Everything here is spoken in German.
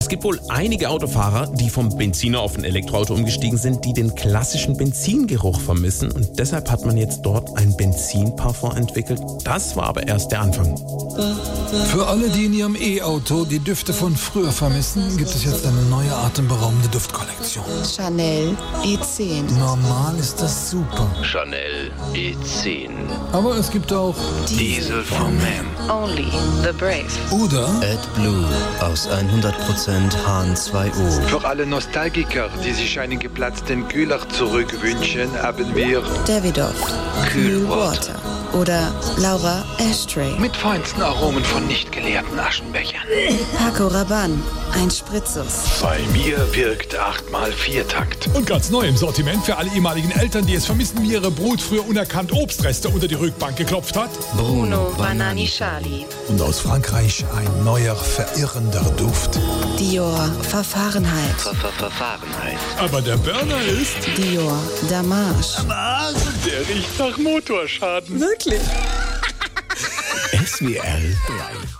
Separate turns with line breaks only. Es gibt wohl einige Autofahrer, die vom Benziner auf ein Elektroauto umgestiegen sind, die den klassischen Benzingeruch vermissen. Und deshalb hat man jetzt dort ein Benzinparfum entwickelt. Das war aber erst der Anfang.
Für alle, die in ihrem E-Auto die Düfte von früher vermissen, gibt es jetzt eine neue atemberaubende Duftkollektion.
Chanel E E10.
Normal ist das super.
Chanel
E
E10.
Aber es gibt auch
Diesel for Men.
Only the brave.
oder
AdBlue aus 100% Hahn2O.
Für alle Nostalgiker, die sich einen geplatzten Kühler zurückwünschen, haben wir
Davidoff. Cool Water. Oder Laura Ashtray.
mit feinsten Aromen von nicht geleerten Aschenbechern.
Paco Rabanne. Ein Spritzus.
Bei mir wirkt 8x Viertakt.
Und ganz neu im Sortiment für alle ehemaligen Eltern, die es vermissen, wie ihre Brut früher unerkannt Obstreste unter die Rückbank geklopft hat.
Bruno
Charlie.
und aus Frankreich ein neuer verirrender Duft.
Dior Verfahrenheit.
Ver Ver Verfahrenheit.
Aber der Burner ist...
Dior Damage.
Der riecht nach Motorschaden.
SWR 3.